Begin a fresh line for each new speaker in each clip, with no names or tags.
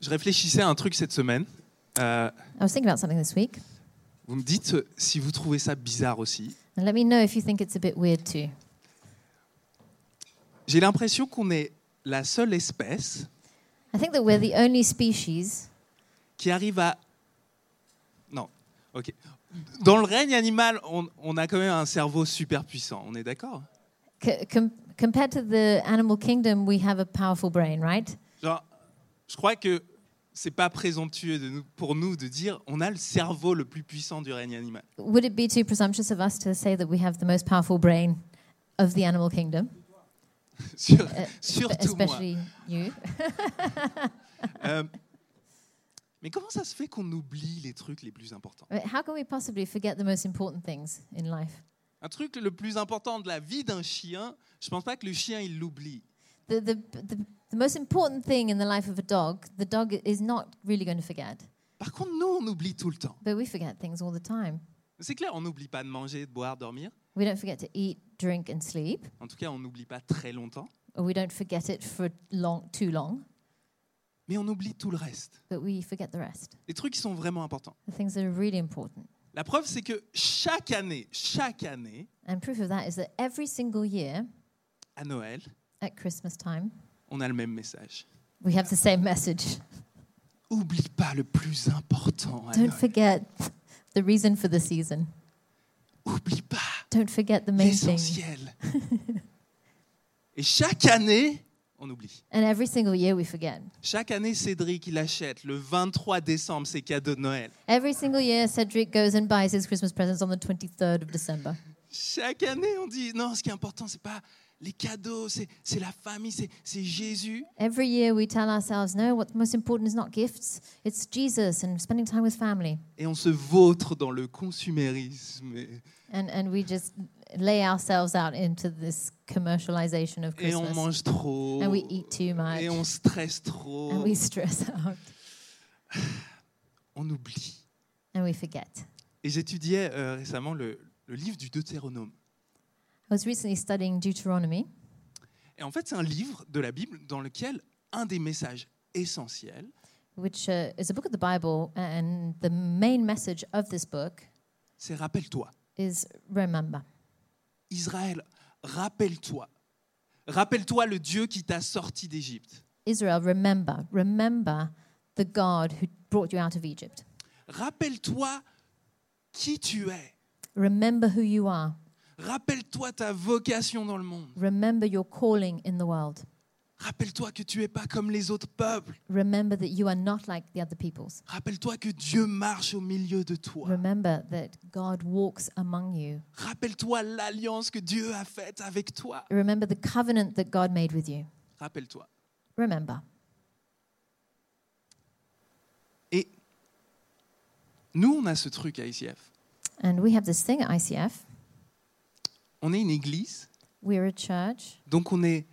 Je réfléchissais à un truc cette semaine. Euh,
I was thinking about something this week.
vous me dites si vous trouvez ça bizarre aussi.
And let me know if you think it's a bit weird too.
J'ai l'impression qu'on est la seule espèce
I think that we're the only species.
qui arrive à... Non, ok. Dans le règne animal, on, on a quand même un cerveau super puissant, on est d'accord
C- com- compared to the animal kingdom, we have a powerful brain, right?
Genre, je crois que c'est pas présomptueux de nous- pour nous de dire on a le cerveau le plus puissant du règne animal.
Would it be too presumptuous of us to say that we have the most powerful brain of the animal kingdom?
Sur-
Uh,
surtout moi.
especially you.
Euh, mais comment ça se fait qu'on oublie les trucs les plus importants
But How can we possibly forget the most important things in life?
Un truc le plus important de la vie d'un chien, je pense pas que le chien il l'oublie.
The, the, the, the most important thing in the life of a dog, the dog is not really going to forget.
Par contre, nous on oublie tout le temps.
But we forget things all the time.
C'est clair, on n'oublie pas de manger, de boire, dormir.
We don't forget to eat, drink, and sleep,
En tout cas, on n'oublie pas très longtemps.
or we don't forget it for long, too long,
Mais on oublie tout le reste.
but we forget the rest.
Les trucs qui sont vraiment importants.
The things that are really important.
La preuve, c'est que chaque année, chaque année,
And proof of that is that every single year
à Noël,
at Christmas time,
on a le même message.
we have the same message.
Oublie pas le plus important. à
Don't
Noël.
forget the reason for the season.
Oublie pas
Don't forget the main thing.
l'essentiel. Et chaque année, on oublie.
And every single year we forget.
Chaque année, Cédric, il achète le 23 décembre ses cadeaux de Noël.
Every single year, Cedric goes and buys his Christmas presents on the 23rd of December.
Chaque année, on dit non, ce qui est important, c'est pas les cadeaux, c'est c'est la famille, c'est c'est Jésus.
Every year, we tell ourselves, no, what's most important is not gifts, it's Jesus and spending time with family.
Et on se vautre dans le consumérisme. Et,
And, and we just lay ourselves out into this commercialization of
et on
Christmas.
mange trop.
And we eat too much.
Et on stresse trop.
And we stress out
On oublie.
and we forget.
Et j'étudiais euh, récemment le, le livre du Deutéronome.
I was recently studying Deuteronomy,
Et en fait, c'est un livre de la Bible dans lequel un des messages essentiels,
which uh, is a book of the Bible, and the main message of this book
c'est rappelle-toi.
is remember.
Israël, rappelle-toi. Rappelle-toi le Dieu qui t'a sorti d'Égypte.
Israel, remember, remember the God who brought you out of Egypt.
Rappelle-toi qui tu es.
Remember who you are.
Rappelle-toi ta vocation dans le monde.
Remember your calling in the world.
Rappelle-toi que tu es pas comme les autres peuples.
Remember that you are not like the other peoples.
Rappelle-toi que Dieu marche au milieu de toi.
Remember that God walks among you.
Rappelle-toi l'alliance que Dieu a faite avec toi.
Remember the covenant that God made with you.
Rappelle-toi.
Remember.
Et nous, on a ce truc à ICF.
And we have this thing at ICF.
On est une église,
We're a church,
donc on est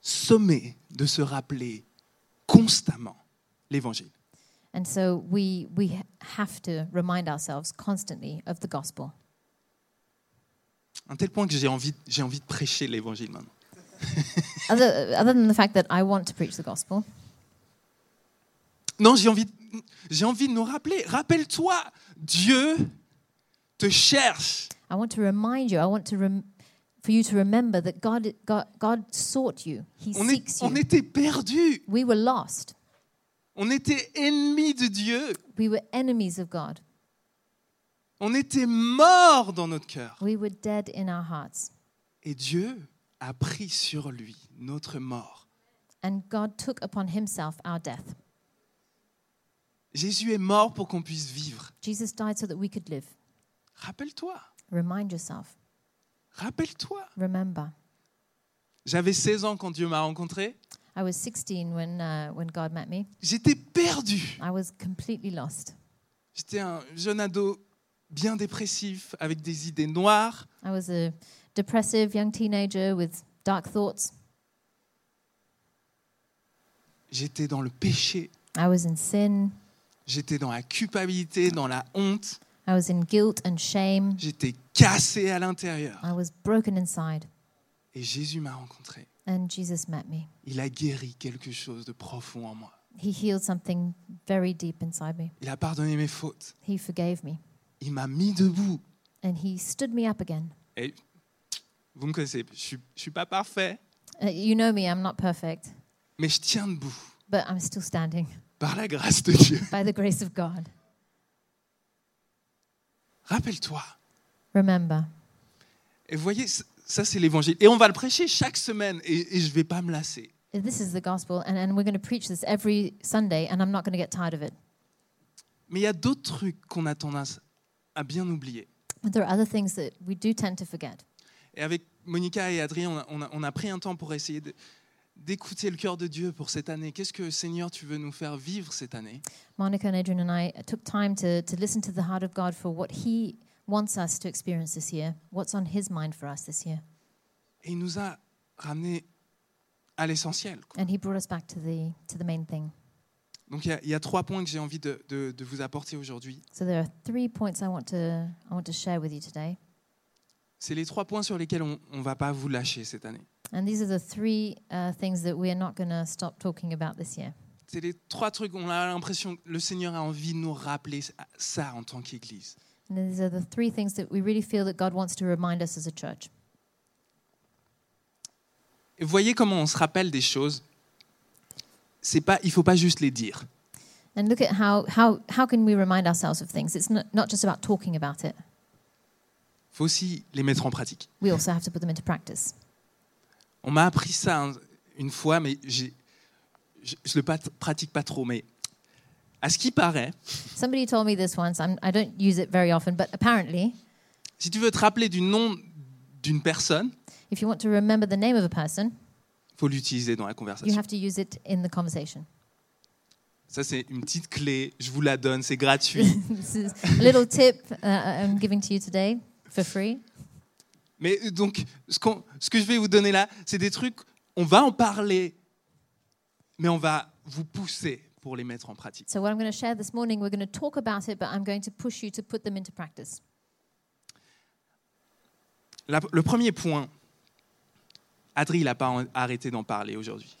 sommé de se rappeler constamment l'évangile.
and so we we have to remind ourselves constantly of the gospel.
Un tel point que j'ai envie, j'ai envie de prêcher l'évangile maintenant.
Other, other than the fact that I want to preach the gospel,
Non, j'ai envie, de- j'ai envie de nous rappeler. Rappelle-toi, Dieu te cherche.
I want to remind you. I want to rem- for you to remember that God God, God sought you. He
On, est-
seeks you.
on était perdus.
we were lost.
On était ennemis de Dieu.
We were enemies of God.
On était morts dans notre cœur.
We were dead in our hearts.
Et Dieu a pris sur lui notre mort.
And God took upon himself our death.
Jésus est mort pour qu'on puisse vivre.
Jesus died so that we could live.
Rappelle-toi.
Remind yourself.
Rappelle-toi.
Remember.
J'avais 16 ans quand Dieu m'a rencontré.
I was 16 when, uh, when God met me.
J'étais perdu.
I was completely lost.
J'étais un jeune ado bien dépressif, avec des idées noires.
I was a depressive young teenager with dark thoughts.
J'étais dans le péché.
I was in sin.
J'étais dans la culpabilité, dans la honte.
I was in guilt and shame.
J'étais cassé à l'intérieur.
I was broken inside.
Et Jésus m'a rencontré.
And Jesus met me.
Il a guéri quelque chose de profond en moi.
He healed something very deep inside me.
Il a pardonné mes fautes.
He forgave me
Il m'a mis debout.
and He stood me up again.
Et vous me connaissez, je suis, je suis pas parfait,
Uh, You know me, I'm not perfect,
mais je tiens debout
but I'm still standing
par la grâce de Dieu.
by the grace of God.
Rappelle-toi.
Remember.
Et vous voyez, c- ça c'est l'évangile. Et on va le prêcher chaque semaine et, et je vais pas me lasser.
This is the gospel, and, and we're going to preach this every Sunday, and I'm not going to get tired of it.
Mais il y a d'autres trucs qu'on a tendance à bien oublier.
But there are other things that we do tend to forget.
Et avec Monica et Adrien, on a, on a- on a pris un temps pour essayer de- d'écouter le cœur de Dieu pour cette année. Qu'est-ce que Seigneur, tu veux nous faire vivre cette année
Monica and Adrian and I uh, took time to, to listen to the heart of God for what He wants us to experience this year, what's on His mind for us this year.
Et il nous a ramenés à l'essentiel. quoi.
And He brought us back to the, to the main thing.
Donc il y a- il y, a trois points que j'ai envie de- de- de vous apporter aujourd'hui.
So there are three points I want to, I want to share with you today.
C'est les trois points sur lesquels on ne va pas vous lâcher cette année.
And these are the three uh, things that we are not going to stop talking about this year.
C'est les trois trucs, on a l'impression que le Seigneur a envie de nous rappeler ça en tant qu'Église.
And these are the three things that we really feel that God wants to remind us as a church.
Et vous voyez comment on se rappelle des choses. C'est pas, il faut pas juste les dire.
And look at how, how, how can we remind ourselves of things? It's not, not just about talking about it.
Il faut aussi les mettre en pratique.
We also have to put them into practice.
On m'a appris ça hein, une fois, mais j'ai- je ne le pat- pratique pas trop. Mais à ce qui paraît,
Somebody told me this once. I'm, I don't use it very often, but apparently,
si tu veux te rappeler du nom d'une personne,
if you want to remember the name of a person,
faut l'utiliser dans la
you
conversation.
have to use it in the conversation.
Ça, c'est une petite clé. Je vous la donne, c'est gratuit.
this is a little tip uh, I'm giving to you today for free.
Mais euh, donc, ce, qu'on- ce que je vais vous donner là, c'est des trucs, on va en parler, mais on va vous pousser pour les mettre en pratique.
So, what I'm going to share this morning, we're going to talk about it, but I'm going to push you to put them into practice.
La- le premier point, Adri, il n'a pas en- arrêté d'en parler aujourd'hui.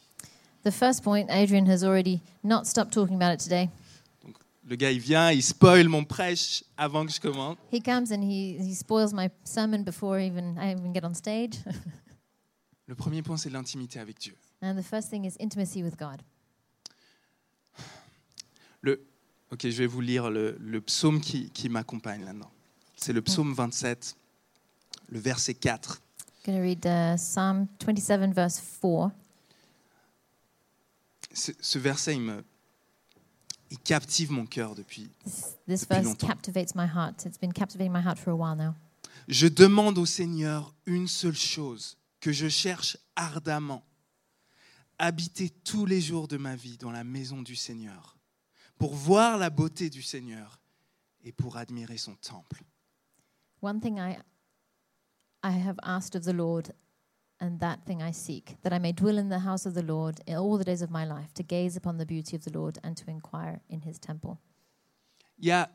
The first point, Adrian has already not stopped talking about it today.
Donc, le gars, il vient, il spoil mon prêche avant que je commence.
He comes and he, he spoils my sermon before even I even get on stage.
Le premier point, c'est l'intimité avec Dieu.
and the first thing is intimacy with God.
Le, ok, je vais vous lire le, le psaume qui, qui m'accompagne là-dedans. C'est le psaume 27, le verset 4.
I'm going to read uh, Psalm 27, verse 4.
ce, ce verset, il me, il captive mon cœur depuis.
This, this
Depuis
verse
longtemps.
captivates my heart. It's been captivating my heart for a while now.
Je demande au Seigneur une seule chose que je cherche ardemment habiter tous les jours de ma vie dans la maison du Seigneur, pour voir la beauté du Seigneur et pour admirer son temple.
One thing I, I have asked of the Lord, and that thing I seek, that I may dwell in the house of the Lord in all the days of my life, to gaze upon the beauty of the Lord and to inquire in his temple.
Il y a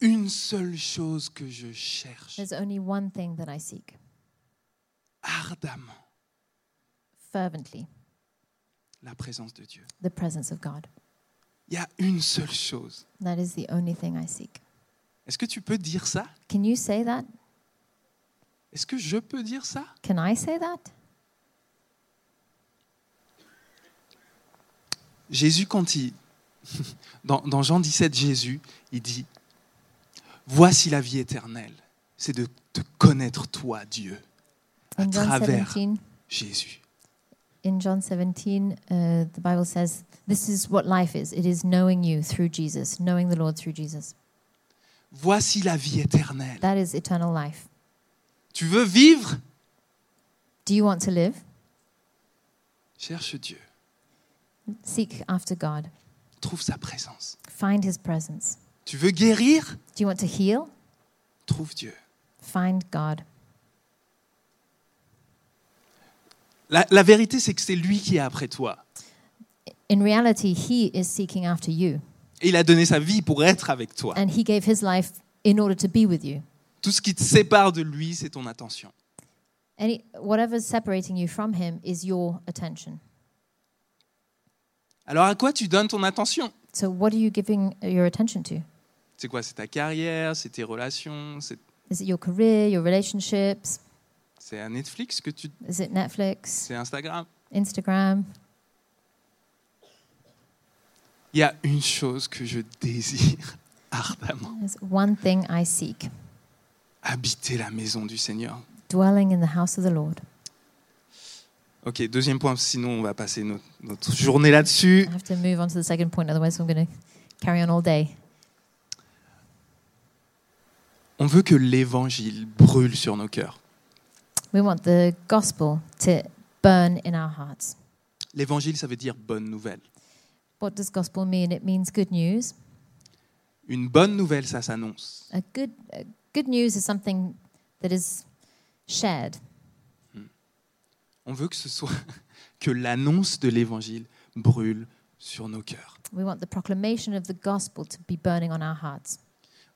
une seule chose que je cherche
There's only one thing that I seek
ardemment,
fervently
la présence de Dieu.
the presence of God.
Il y a une seule chose.
That is the only thing I seek.
Est-ce que tu peux dire ça
Can you say that?
Est-ce que je peux dire ça
Can I say that?
Jésus, quand il. Dans, dans Jean 17, Jésus, il dit Voici la vie éternelle, c'est de te connaître, toi, Dieu, à
In John
travers
17,
Jésus.
in John 17 uh, the Bible says, This is what life is. It is knowing you through Jesus, knowing the Lord through Jesus.
Voici la vie éternelle.
That is eternal life.
Tu veux vivre
Do you want to live?
Cherche Dieu,
Seek after God.
trouve sa présence.
Find his presence.
Tu veux guérir
Do you want to heal?
Trouve Dieu.
Find God.
La, la vérité, c'est que c'est lui qui est après toi.
In reality, he is seeking after you,
Et il a donné sa vie pour être avec toi.
and he gave his life in order to be with you.
Tout ce qui te sépare de lui, c'est ton attention.
Any, whatever's separating you from him is your attention.
Alors à quoi tu donnes ton attention
So, what are you giving your attention to?
C'est quoi C'est ta carrière C'est tes relations C'est
Is it your career, your relationships?
c'est à Netflix que tu...
Is it Netflix,
C'est Instagram
Instagram?
Il y a une chose que je désire ardemment.
There's one thing I seek
Habiter la maison du Seigneur.
dwelling in the house of the Lord.
Ok, deuxième point, sinon on va passer notre, notre journée là-dessus.
I have to move on to the second point, otherwise, I'm going to carry on all day.
On veut que l'évangile brûle sur nos cœurs.
We want the gospel to burn in our hearts.
L'évangile, ça veut dire bonne nouvelle.
What does gospel mean? It means good news.
Une bonne nouvelle, ça s'annonce.
A good, a good news is something that is shared.
On veut que ce soit que l'annonce de l'évangile brûle sur nos cœurs.
We want the proclamation of the gospel to be burning on our hearts.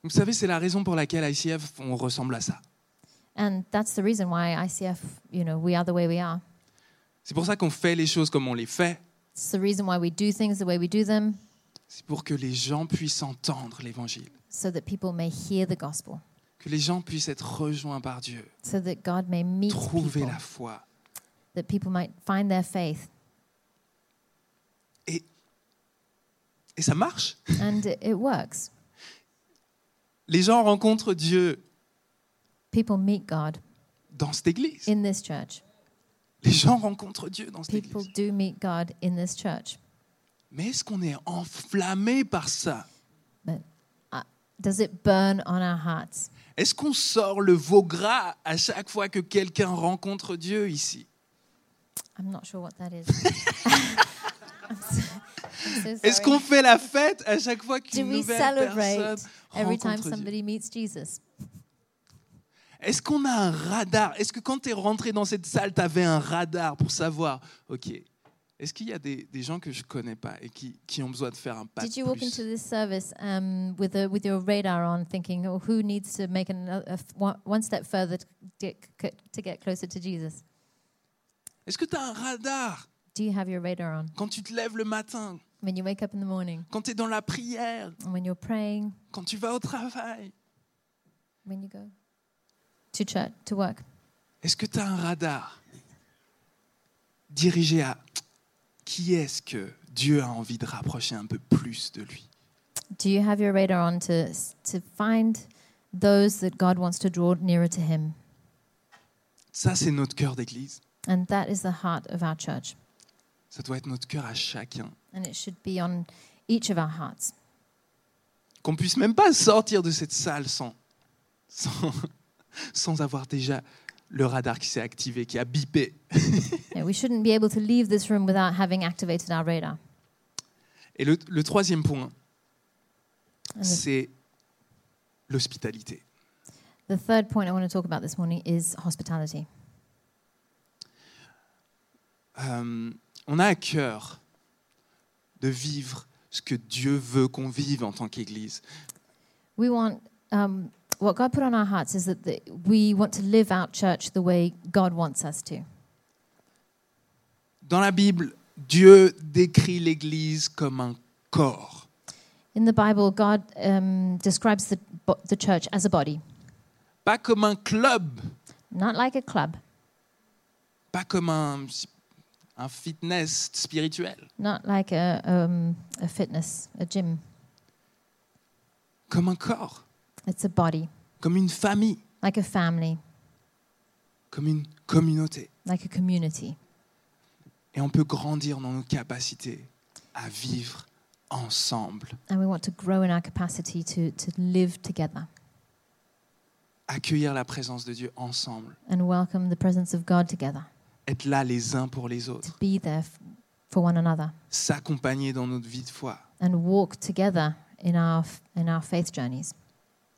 Vous savez, c'est la raison pour laquelle à ICF, on ressemble à ça.
And that's the reason why ICF, you know, we are the way we are.
C'est pour ça qu'on fait les choses comme on les fait.
It's the reason why we do things the way we do them,
C'est pour que les gens puissent entendre l'évangile,
so that people may hear the gospel,
que les gens puissent être rejoints par Dieu,
so that God may meet
trouver
people,
la foi.
that people might find their faith.
Et ça marche.
And it, it works.
Les gens rencontrent Dieu
People meet God
dans cette église.
in this church.
Les gens rencontrent Dieu dans cette
People
église.
do meet God in this church.
Mais est-ce qu'on est enflammé par ça
uh, Does it burn on our hearts?
Est-ce qu'on sort le veau gras à chaque fois que quelqu'un rencontre Dieu ici
I'm not sure what that is. I'm so- I'm so
Est-ce
sorry.
qu'on fait la fête à chaque fois
Do
qu'une
we
nouvelle
celebrate
personne
every time
rencontre Dieu
somebody meets Jesus?
Est-ce qu'on a un radar Est-ce que quand tu es rentré dans cette salle, tu avais un radar pour savoir, OK, est-ce qu'il y a des, des gens que je connais pas et qui, qui ont besoin de faire un pas de
Did you walk
plus
into this service um, with a, with your radar on, thinking, "Oh, who needs to make another, a f- one one step further to get, c- to get closer to Jesus?"
Est-ce que tu as un radar
Do you have your radar on
quand tu te lèves le matin,
when you wake up in the morning,
quand tu es dans la prière,
and when you're praying,
quand tu vas au travail
when you go to church to work?
Est-ce que tu as un radar dirigé à qui est-ce que Dieu a envie de rapprocher un peu plus de lui
Do you have your radar on to to find those that God wants to draw nearer to Him?
Ça, c'est notre cœur d'église.
And that is the heart of our church,
Ça doit être notre cœur à chacun.
and it should be on each of our hearts.
qu'on puisse même pas sortir de cette salle sans, sans, sans avoir déjà le radar qui s'est activé, qui a bipé.
Yeah, we shouldn't be able to leave this room without having activated our radar.
Et le, le troisième point,
And the,
c'est l'hospitalité.
the third point I want to talk about this morning is hospitality.
Euh, on a à cœur de vivre ce que Dieu veut qu'on vive en tant qu'Église.
We want um, what God put on our hearts is that the, we want to live out church the way God wants us to.
Dans la Bible, Dieu décrit l'Église comme un corps.
In the Bible, God um, describes the, bo- the church as a body,
Pas comme un club,
not like a club,
pas comme un, un fitness spirituel.
not like a, um, a fitness, a gym.
Comme un corps.
It's a body,
comme une famille,
like a family,
comme une communauté.
like a community.
Et on peut grandir dans nos capacités à vivre ensemble,
And we want to grow in our capacity to, to live together.
accueillir la présence de Dieu ensemble,
and welcome the presence of God together,
être là les uns pour les
to
autres,
be there f- for one another,
s'accompagner dans notre vie de foi,
and walk together in our f- in our faith journeys.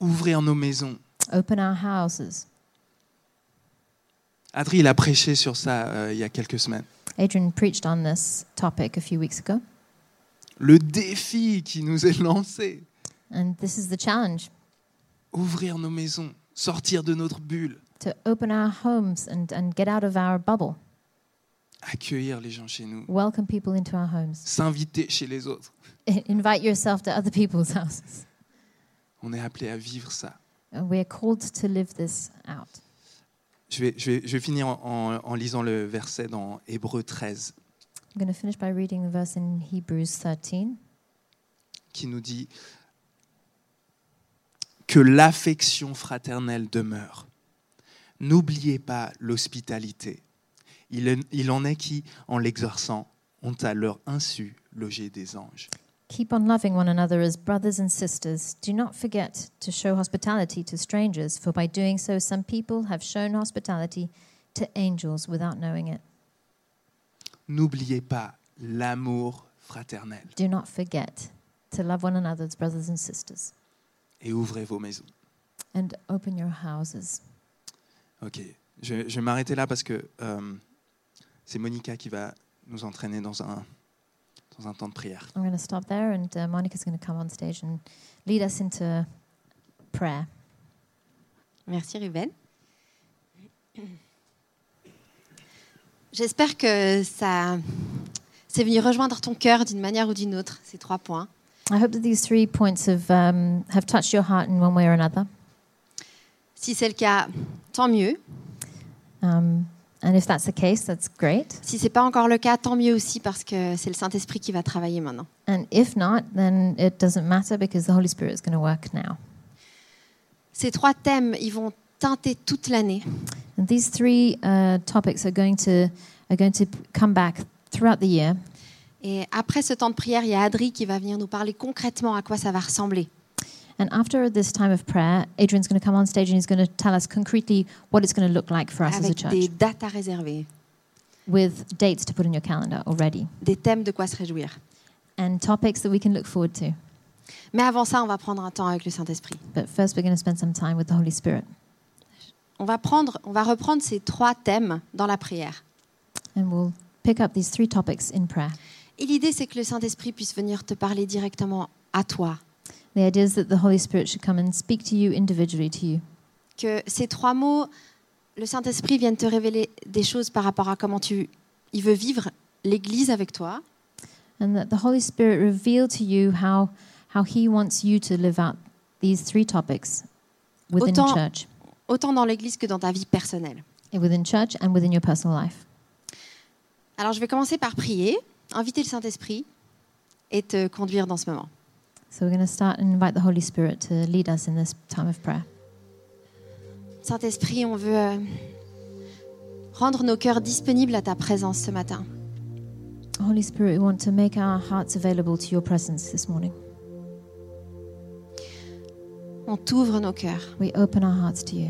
ouvrir nos maisons.
Open our houses.
Adri, il a prêché sur ça euh, il y a quelques semaines.
Adrian preached on this topic a few weeks ago,
Le défi qui nous est lancé,
and this is the challenge:
ouvrir nos maisons, sortir de notre bulle,
to open our homes and and get out of our bubble,
accueillir les gens chez nous,
welcome people into our homes,
s'inviter chez les autres.
invite yourself to other people's houses.
On est appelé à vivre ça.
And we are called to live this out.
Je vais, je vais- je vais finir en, en- en lisant le verset dans Hébreu 13
I'm going to finish by reading the verse in Hebrews 13
qui nous dit que l'affection fraternelle demeure. N'oubliez pas l'hospitalité. Il, en- il en est qui, en l'exerçant, ont à leur insu logé des anges.
Keep on loving one another as brothers and sisters. Do not forget to show hospitality to strangers, for by doing so, some people have shown hospitality to angels without knowing it.
N'oubliez pas l'amour fraternel
Do not forget to love one another as brothers and sisters.
et ouvrez vos maisons.
And open your houses.
Ok, je, je vais m'arrêter là parce que euh, c'est Monica qui va nous entraîner dans un, dans un temps de prière.
I'm going to stop there, and uh, Monica's going to come on stage and lead us into prayer.
Merci Ruben. J'espère que ça c'est venu rejoindre ton cœur d'une manière ou d'une autre, ces trois points.
I hope that these three points have, um, have touched your heart in one way or another.
Si c'est le cas, tant mieux.
Um, and if that's the case, that's great.
Si c'est pas encore le cas, tant mieux aussi parce que c'est le Saint-Esprit qui va travailler maintenant.
And if not, then it doesn't matter because the Holy Spirit is going to work now.
Ces trois thèmes, ils vont teinter toute l'année.
And these three uh, topics are going to are going to come back throughout the year.
Et après ce temps de prière, il y a Adri qui va venir nous parler concrètement à quoi ça va ressembler.
And after this time of prayer, Adrian's going to come on stage and he's going to tell us concretely what it's going to look like for us as a
Avec
church
des dates à réserver,
with dates to put in your calendar already
des thèmes de quoi se réjouir.
and topics that we can look forward to.
Mais avant ça, on va prendre un temps avec le Saint-Esprit.
But first, we're going to spend some time with the Holy Spirit.
On va, prendre, on va reprendre ces trois thèmes dans la prière.
And we'll pick up these three topics in prayer.
Et l'idée, c'est que le Saint-Esprit puisse venir te parler directement à toi.
The idea is that the Holy Spirit should come and speak to you individually to you.
Que ces trois mots, le Saint-Esprit vienne te révéler des choses par rapport à comment tu, il veut vivre l'Église avec toi,
and that the Holy Spirit reveal to you how how He wants you to live out these three topics within
Autant-
church,
autant dans l'Église que dans ta vie personnelle.
within church, and within your personal life.
Alors, je vais commencer par prier, inviter le Saint-Esprit et te conduire dans ce moment.
So we're going to start and invite the Holy Spirit to lead us in this time of prayer.
Saint-Esprit, on veut euh, rendre nos cœurs disponibles à ta présence ce matin.
Holy Spirit, we want to make our hearts available to Your presence this morning.
On t'ouvre nos cœurs.
We open our hearts to You.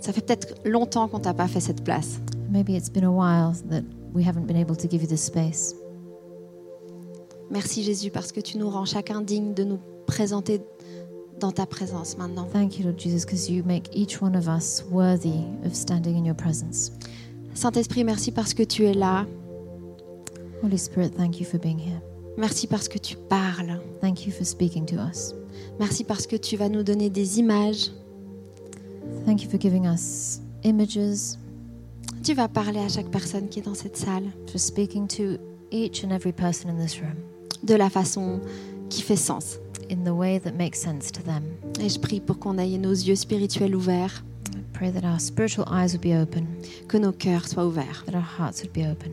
Ça fait peut-être longtemps qu'on t'a pas fait cette place.
Maybe it's been a while that we haven't been able to give You this space.
Merci Jésus parce que tu nous rends chacun digne de nous présenter dans ta présence maintenant.
Thank You, Lord Jesus, because You make each one of us worthy of standing in Your presence.
Saint-Esprit, merci parce que tu es là.
Holy Spirit, thank You for being here.
Merci parce que tu parles.
Thank You for speaking to us.
Merci parce que tu vas nous donner des images.
Thank you for giving us images,
Tu vas parler à chaque personne qui est dans cette salle
for speaking to each and every person in this room
de la façon qui fait sens.
in the way that makes sense to them.
Et je prie pour qu'on ait nos yeux spirituels ouverts,
I pray that our spiritual eyes would be open,
que nos cœurs soient ouverts.
that our hearts would be open.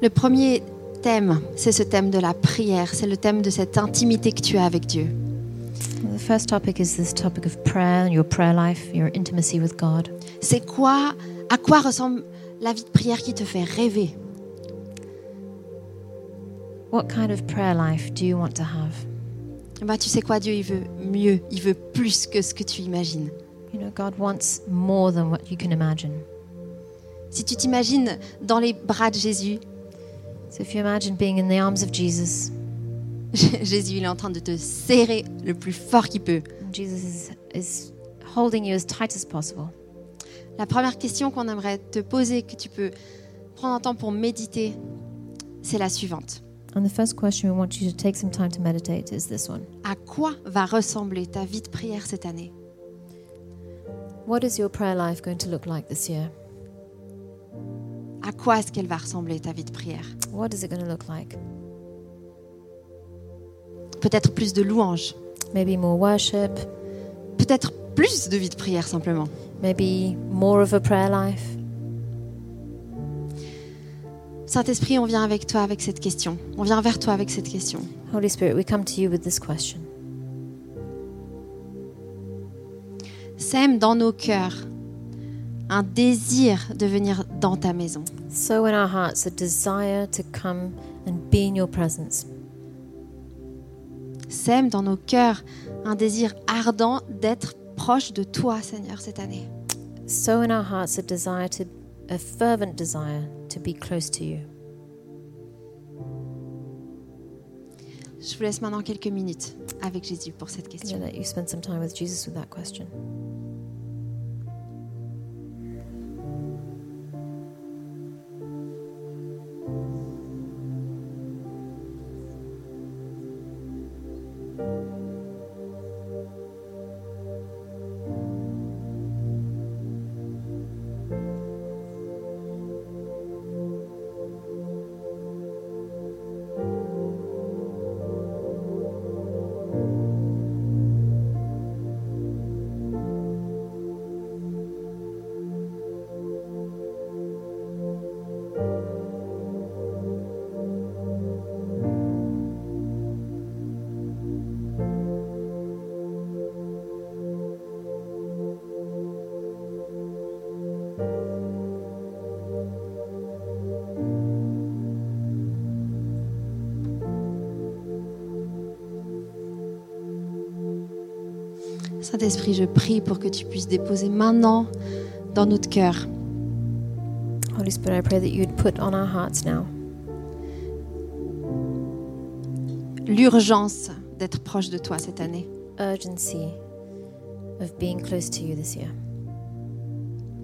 Le premier thème, c'est ce thème de la prière, c'est le thème de cette intimité que tu as avec Dieu.
The first topic is this topic of prayer and your prayer life, your intimacy with God.
C'est quoi, à quoi ressemble la vie de prière qui te fait rêver
What kind of prayer life do you want to have?
Bah, tu sais quoi, Dieu, il veut mieux, il veut plus que ce que tu imagines.
You know, God wants more than what you can imagine.
Si tu t'imagines dans les bras de Jésus,
So if you imagine being in the arms of Jesus,
Jésus, il est en train de te serrer le plus fort qu'il peut.
Jesus is, is holding you as tight as possible.
La première question qu'on aimerait te poser, que tu peux prendre un temps pour méditer, c'est la suivante.
And the first question we want you to take some time to meditate is this one.
À quoi va ressembler ta vie de prière cette année
What is your prayer life going to look like this year?
À quoi est-ce qu'elle va ressembler ta vie de prière
What is it going to look like?
Peut-être plus de louanges,
Maybe more worship,
peut-être plus de vie de prière simplement.
maybe more of a prayer life.
Saint-Esprit, on vient avec toi avec cette question. On vient vers toi avec cette question.
Holy Spirit, we come to you with this question.
Sème dans nos cœurs un désir de venir dans ta maison.
Sow in our hearts a desire to come and be in your presence.
Sème dans nos cœurs un désir ardent d'être proche de toi, Seigneur, cette année.
Sow in our hearts a desire to, a fervent desire to be close to you.
Je vous laisse maintenant quelques minutes avec Jésus pour cette question.
I'm going to let you spend some time with Jesus with that question.
Saint-Esprit, je prie pour que tu puisses déposer maintenant dans notre cœur
Holy Spirit, I pray that you'd put on our hearts now
l'urgence d'être proche de toi cette année.
urgency of being close to you this year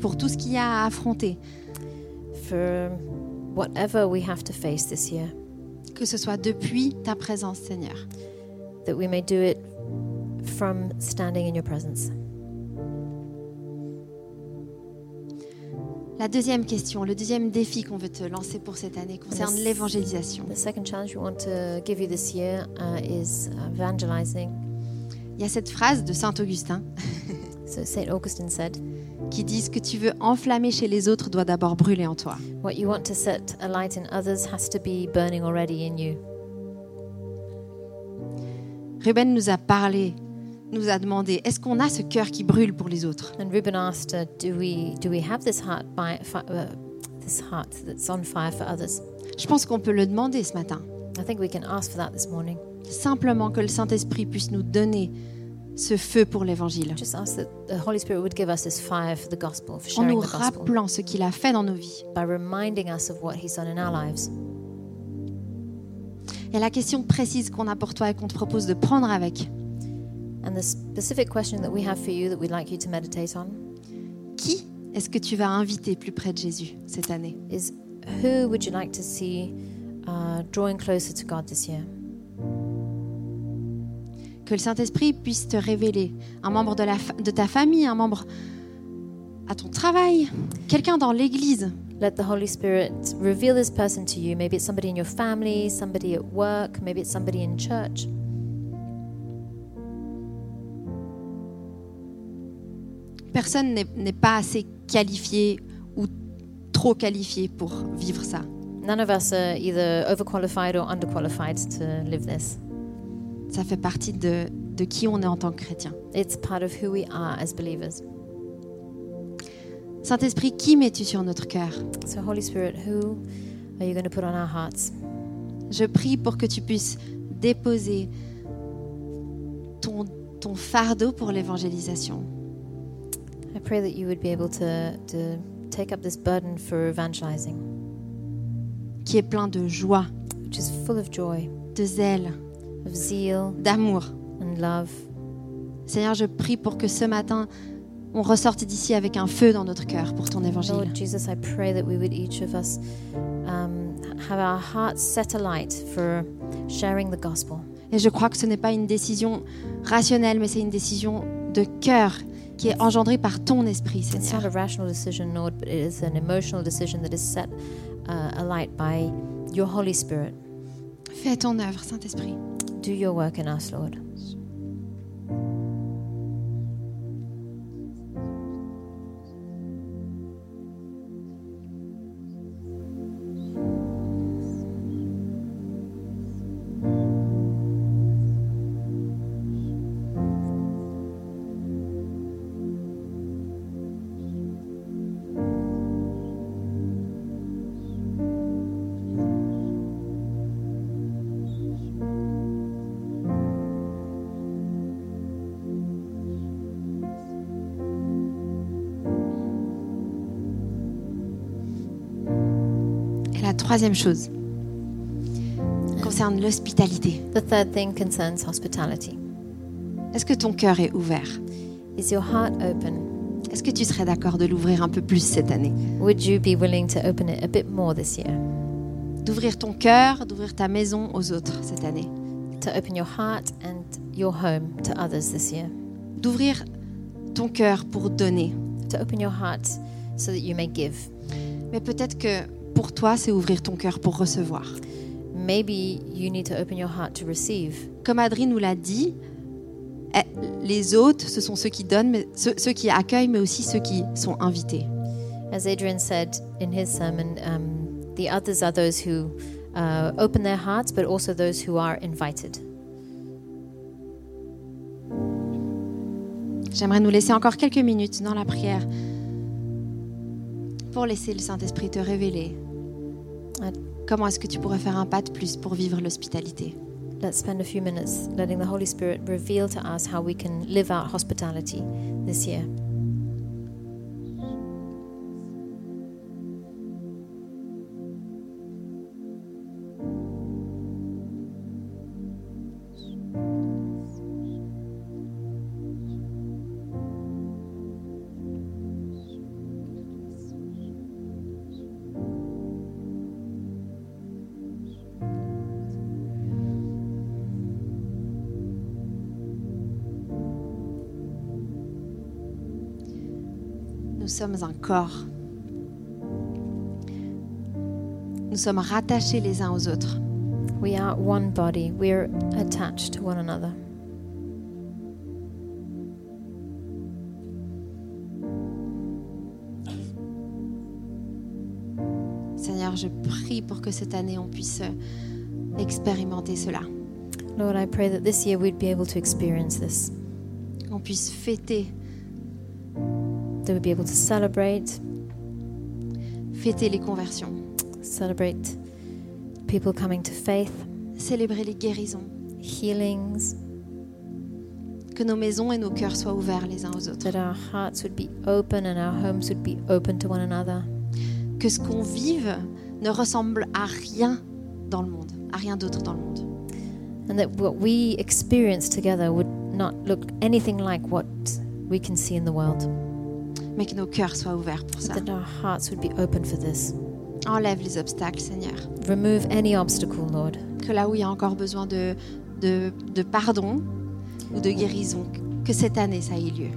Pour tout ce qu'il y a à affronter,
for whatever we have to face this year,
que ce soit depuis ta présence, Seigneur.
that we may do it from standing in your presence.
La deuxième question, le deuxième défi qu'on veut te lancer pour cette année concerne
Yes.
l'évangélisation.
The second challenge we want to give you this year uh, is evangelizing.
Il y a cette phrase de Saint Augustin
So, St. Augustine said,
qui dit ce que tu veux enflammer chez les autres doit d'abord brûler en toi.
What you want to set alight in others has to be burning already in you.
Ruben nous a parlé, nous a demandé est-ce qu'on a ce cœur qui brûle pour les autres
And Ruben asked, uh, Do we do we have this heart by, fi- uh, this heart that's on fire for others?
Je pense qu'on peut le demander ce matin.
I think we can ask for that this morning.
Simplement que le Saint-Esprit puisse nous donner ce feu pour l'évangile
Just ask that the Holy Spirit would give us this fire for the gospel, for
en
sharing the
nous
gospel,
rappelant ce qu'il a fait dans nos vies.
by reminding us of what He's done in our lives.
Et la question précise qu'on a pour toi et qu'on te propose de prendre avec
And the specific question that we have for you that we'd like you to meditate on
qui est-ce que tu vas inviter plus près de Jésus cette année
is who would you like to see uh, drawing closer to God this year?
Que le Saint-Esprit puisse te révéler un membre de, la fa- de ta famille, un membre à ton travail, quelqu'un dans l'Église
Let the Holy Spirit reveal this person to you. Maybe it's somebody in your family, somebody at work, maybe it's somebody in church.
Personne n'est n'est pas assez qualifié ou trop qualifié pour vivre ça.
None of us are either overqualified or underqualified to live this.
Ça fait partie de, de qui on est en tant que chrétien.
It's part of who we are as believers.
Saint-Esprit, qui mets-tu sur notre cœur
So, Holy Spirit, who are you going to put on our hearts?
Je prie pour que tu puisses déposer ton, ton fardeau pour l'évangélisation.
I pray that you would be able to, to take up this burden for evangelizing,
qui est plein de joie,
which is full of joy,
de zèle,
of zeal
d'amour.
and love.
Seigneur, je prie pour que ce matin, on ressorte d'ici avec un feu dans notre cœur pour ton évangile.
Lord Jesus, I pray that we would each of us um, have our hearts set alight for sharing the gospel.
Et je crois que ce n'est pas une décision rationnelle, mais c'est une décision de cœur qui est engendrée par ton esprit,
It's not
Seigneur.
a rational decision, Lord, but it is an emotional decision that is set uh, alight by your Holy Spirit.
Fais ton œuvre, Saint-Esprit.
Do your work in us, Lord.
Et la troisième chose concerne l'hospitalité.
The third thing concerns hospitality.
Est-ce que ton cœur est ouvert
Is your heart open?
Est-ce que tu serais d'accord de l'ouvrir un peu plus cette année
Would you be willing to open it a bit more this year?
D'ouvrir ton cœur, d'ouvrir ta maison aux autres cette année.
To open your heart and your home to others this year?
D'ouvrir ton cœur pour donner.
To open your heart so that you may give?
Mais peut-être que pour toi, c'est ouvrir ton cœur pour recevoir.
Maybe you need to open your heart to receive.
Comme Adri nous l'a dit, eh, les hôtes, ce sont ceux qui donnent, mais ceux, ceux qui accueillent, mais aussi ceux qui sont invités.
As Adrian said in his sermon, um, the others are those who uh, open their hearts, but also those who are invited.
J'aimerais nous laisser encore quelques minutes dans la prière pour laisser le Saint-Esprit te révéler Euh,
Ouais.
comment est-ce que tu pourrais faire un pas de plus pour vivre l'hospitalité.
Let's spend a few minutes letting the Holy Spirit reveal to us how we can live out hospitality this year.
Nous sommes un corps. Nous sommes rattachés les uns aux autres.
We are one body, we're attached to one another.
Seigneur, je prie pour que cette année, on puisse euh, expérimenter cela.
Lord, I pray that this year we'd be able to experience this,
Qu'on puisse fêter,
that we'd be able to celebrate,
fêter les conversions,
celebrate people coming to faith,
célébrer les guérisons.
healings,
Que nos maisons et nos cœurs soient ouverts les uns aux autres.
that our hearts would be open and our homes would be open to one another,
Que ce qu'on vive ne ressemble à rien dans le monde, à rien d'autre dans le monde.
and that what we experience together would not look anything like what we can see in the world,
Mais que nos cœurs soient ouverts pour ça.
that our hearts would be open for this.
Enlève les obstacles, Seigneur.
Remove any obstacle, Lord,
que là où il y a encore besoin de, de, de pardon ou de guérison, que cette année ça ait lieu.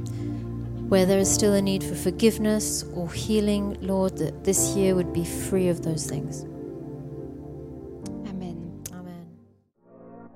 where there is still a need for forgiveness or healing, Lord, that this year would be free of those things.
Amen.
Amen.